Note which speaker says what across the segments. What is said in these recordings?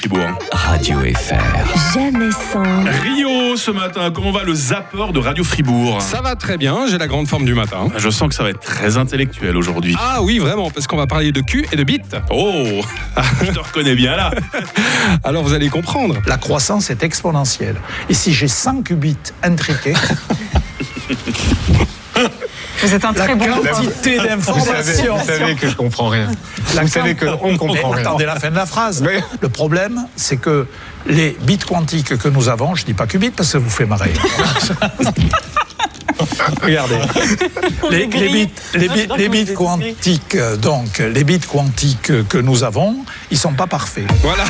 Speaker 1: Thibault. hein.
Speaker 2: Radio FR.
Speaker 3: Jamais sans.
Speaker 1: Rio ce matin, comment va le zapper de Radio Fribourg Ah,
Speaker 4: Ça va très bien, j'ai la grande forme du matin.
Speaker 1: Je sens que ça va être très intellectuel aujourd'hui.
Speaker 4: Ah oui, vraiment, parce qu'on va parler de cul et de bite.
Speaker 1: Oh Je te reconnais bien là
Speaker 4: Alors vous allez comprendre.
Speaker 5: La croissance est exponentielle. Et si j'ai 100 qubits intriqués,
Speaker 6: Vous êtes un
Speaker 5: la
Speaker 6: très bon
Speaker 7: Vous
Speaker 5: quantité
Speaker 7: savez,
Speaker 5: d'informations.
Speaker 7: vous savez que je comprends rien.
Speaker 5: La
Speaker 7: Vous savez que on comprend
Speaker 5: Mais
Speaker 7: rien.
Speaker 5: attendez la fin de la phrase.
Speaker 7: Oui.
Speaker 5: Le problème, c'est que les bits quantiques que nous avons, je dis pas qubits parce que ça vous fait marrer. Regardez. Les, les bits, les bits- les bits quantiques, euh, donc, les bits quantiques euh, que nous avons, ils sont pas parfaits.
Speaker 4: Voilà.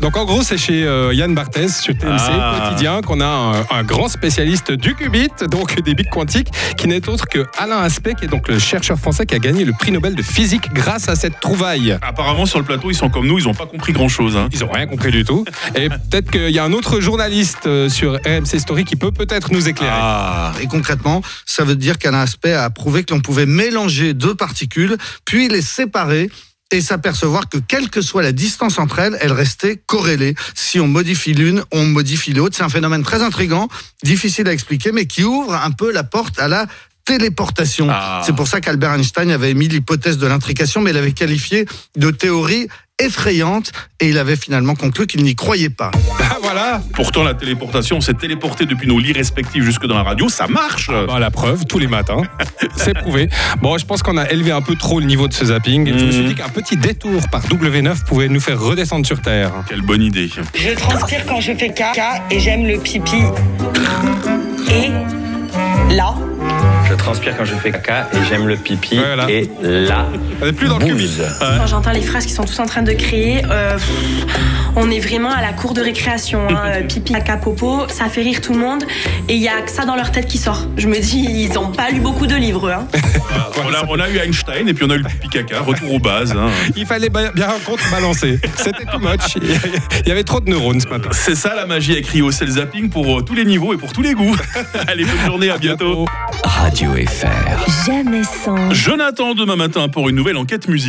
Speaker 4: Donc en gros, c'est chez euh, Yann Barthès, sur TMC
Speaker 1: Ah.
Speaker 4: Quotidien, qu'on a un, un grand spécialiste du qubit, donc des bits quantiques, qui n'est autre que Alain Aspect, qui est donc le chercheur français qui a gagné le prix Nobel de physique grâce à cette trouvaille.
Speaker 1: Apparemment sur le plateau, ils sont comme nous, ils n'ont pas compris grand-chose. hein.
Speaker 4: Ils n'ont rien compris du tout. Et peut-être qu'il y a un autre journaliste euh, sur RMC Story qui peut peut-être nous éclairer.
Speaker 8: Ah, et concrètement, ça veut dire qu'Alain Aspect a prouvé que l'on pouvait mélanger deux particules, puis les séparer et s'apercevoir que quelle que soit la distance entre elles, elles restaient corrélées. Si on modifie l'une, on modifie l'autre. C'est un phénomène très intrigant, difficile à expliquer, mais qui ouvre un peu la porte à la téléportation.
Speaker 1: Ah.
Speaker 8: C'est pour ça qu'Albert Einstein avait émis l'hypothèse de l'intrication, mais l'avait qualifiée de théorie effrayante, et il avait finalement conclu qu'il n'y croyait pas.
Speaker 4: Ah, voilà.
Speaker 1: Pourtant la téléportation, on s'est téléporté depuis nos lits respectifs jusque dans la radio, ça marche
Speaker 4: Bah, la preuve, tous les matins. C'est prouvé. Bon, je pense qu'on a élevé un peu trop le niveau de ce zapping. Je me suis
Speaker 1: Mhm.
Speaker 4: dit qu'un petit détour par W9 pouvait nous faire redescendre sur Terre.
Speaker 1: Quelle bonne idée
Speaker 9: Je transpire quand je fais caca et j'aime le pipi. Et là,
Speaker 10: Je transpire quand je fais caca et j'aime le pipi.
Speaker 4: Voilà.
Speaker 10: Et là,
Speaker 4: On n'est plus dans le cubit.
Speaker 6: Quand j'entends les phrases qu'ils sont tous en train de créer, euh, pff, on est vraiment à la cour de récréation. hein. Euh, Pipi, caca, popo, ça fait rire tout le monde. Et il y a que ça dans leur tête qui sort. Je me dis, ils n'ont pas lu beaucoup de livres. eux, hein.
Speaker 1: Ah, on, a, on a eu Einstein et puis on a eu le pipi caca, retour aux bases. hein.
Speaker 4: Il fallait ba- bien contrebalancer. C'était too much. Il y avait trop de neurones ce matin.
Speaker 1: C'est ça la magie avec Rio, c'est le zapping pour euh, tous les niveaux et pour tous les goûts. Allez, bonne journée, à bientôt.
Speaker 2: Radio FR.
Speaker 3: Jamais sans.
Speaker 1: Jonathan demain matin pour une nouvelle enquête musique.